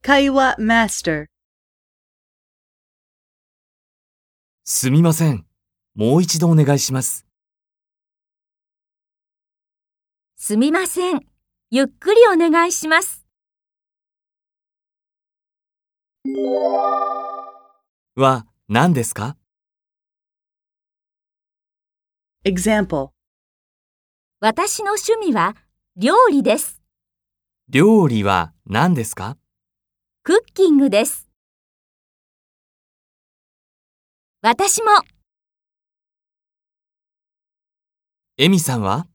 会話マスター。すみません。もう一度お願いします。すみません。ゆっくりお願いします。は何ですか Example. 私の趣味は料理です。料理は何ですかクッキングです。私もエミさんは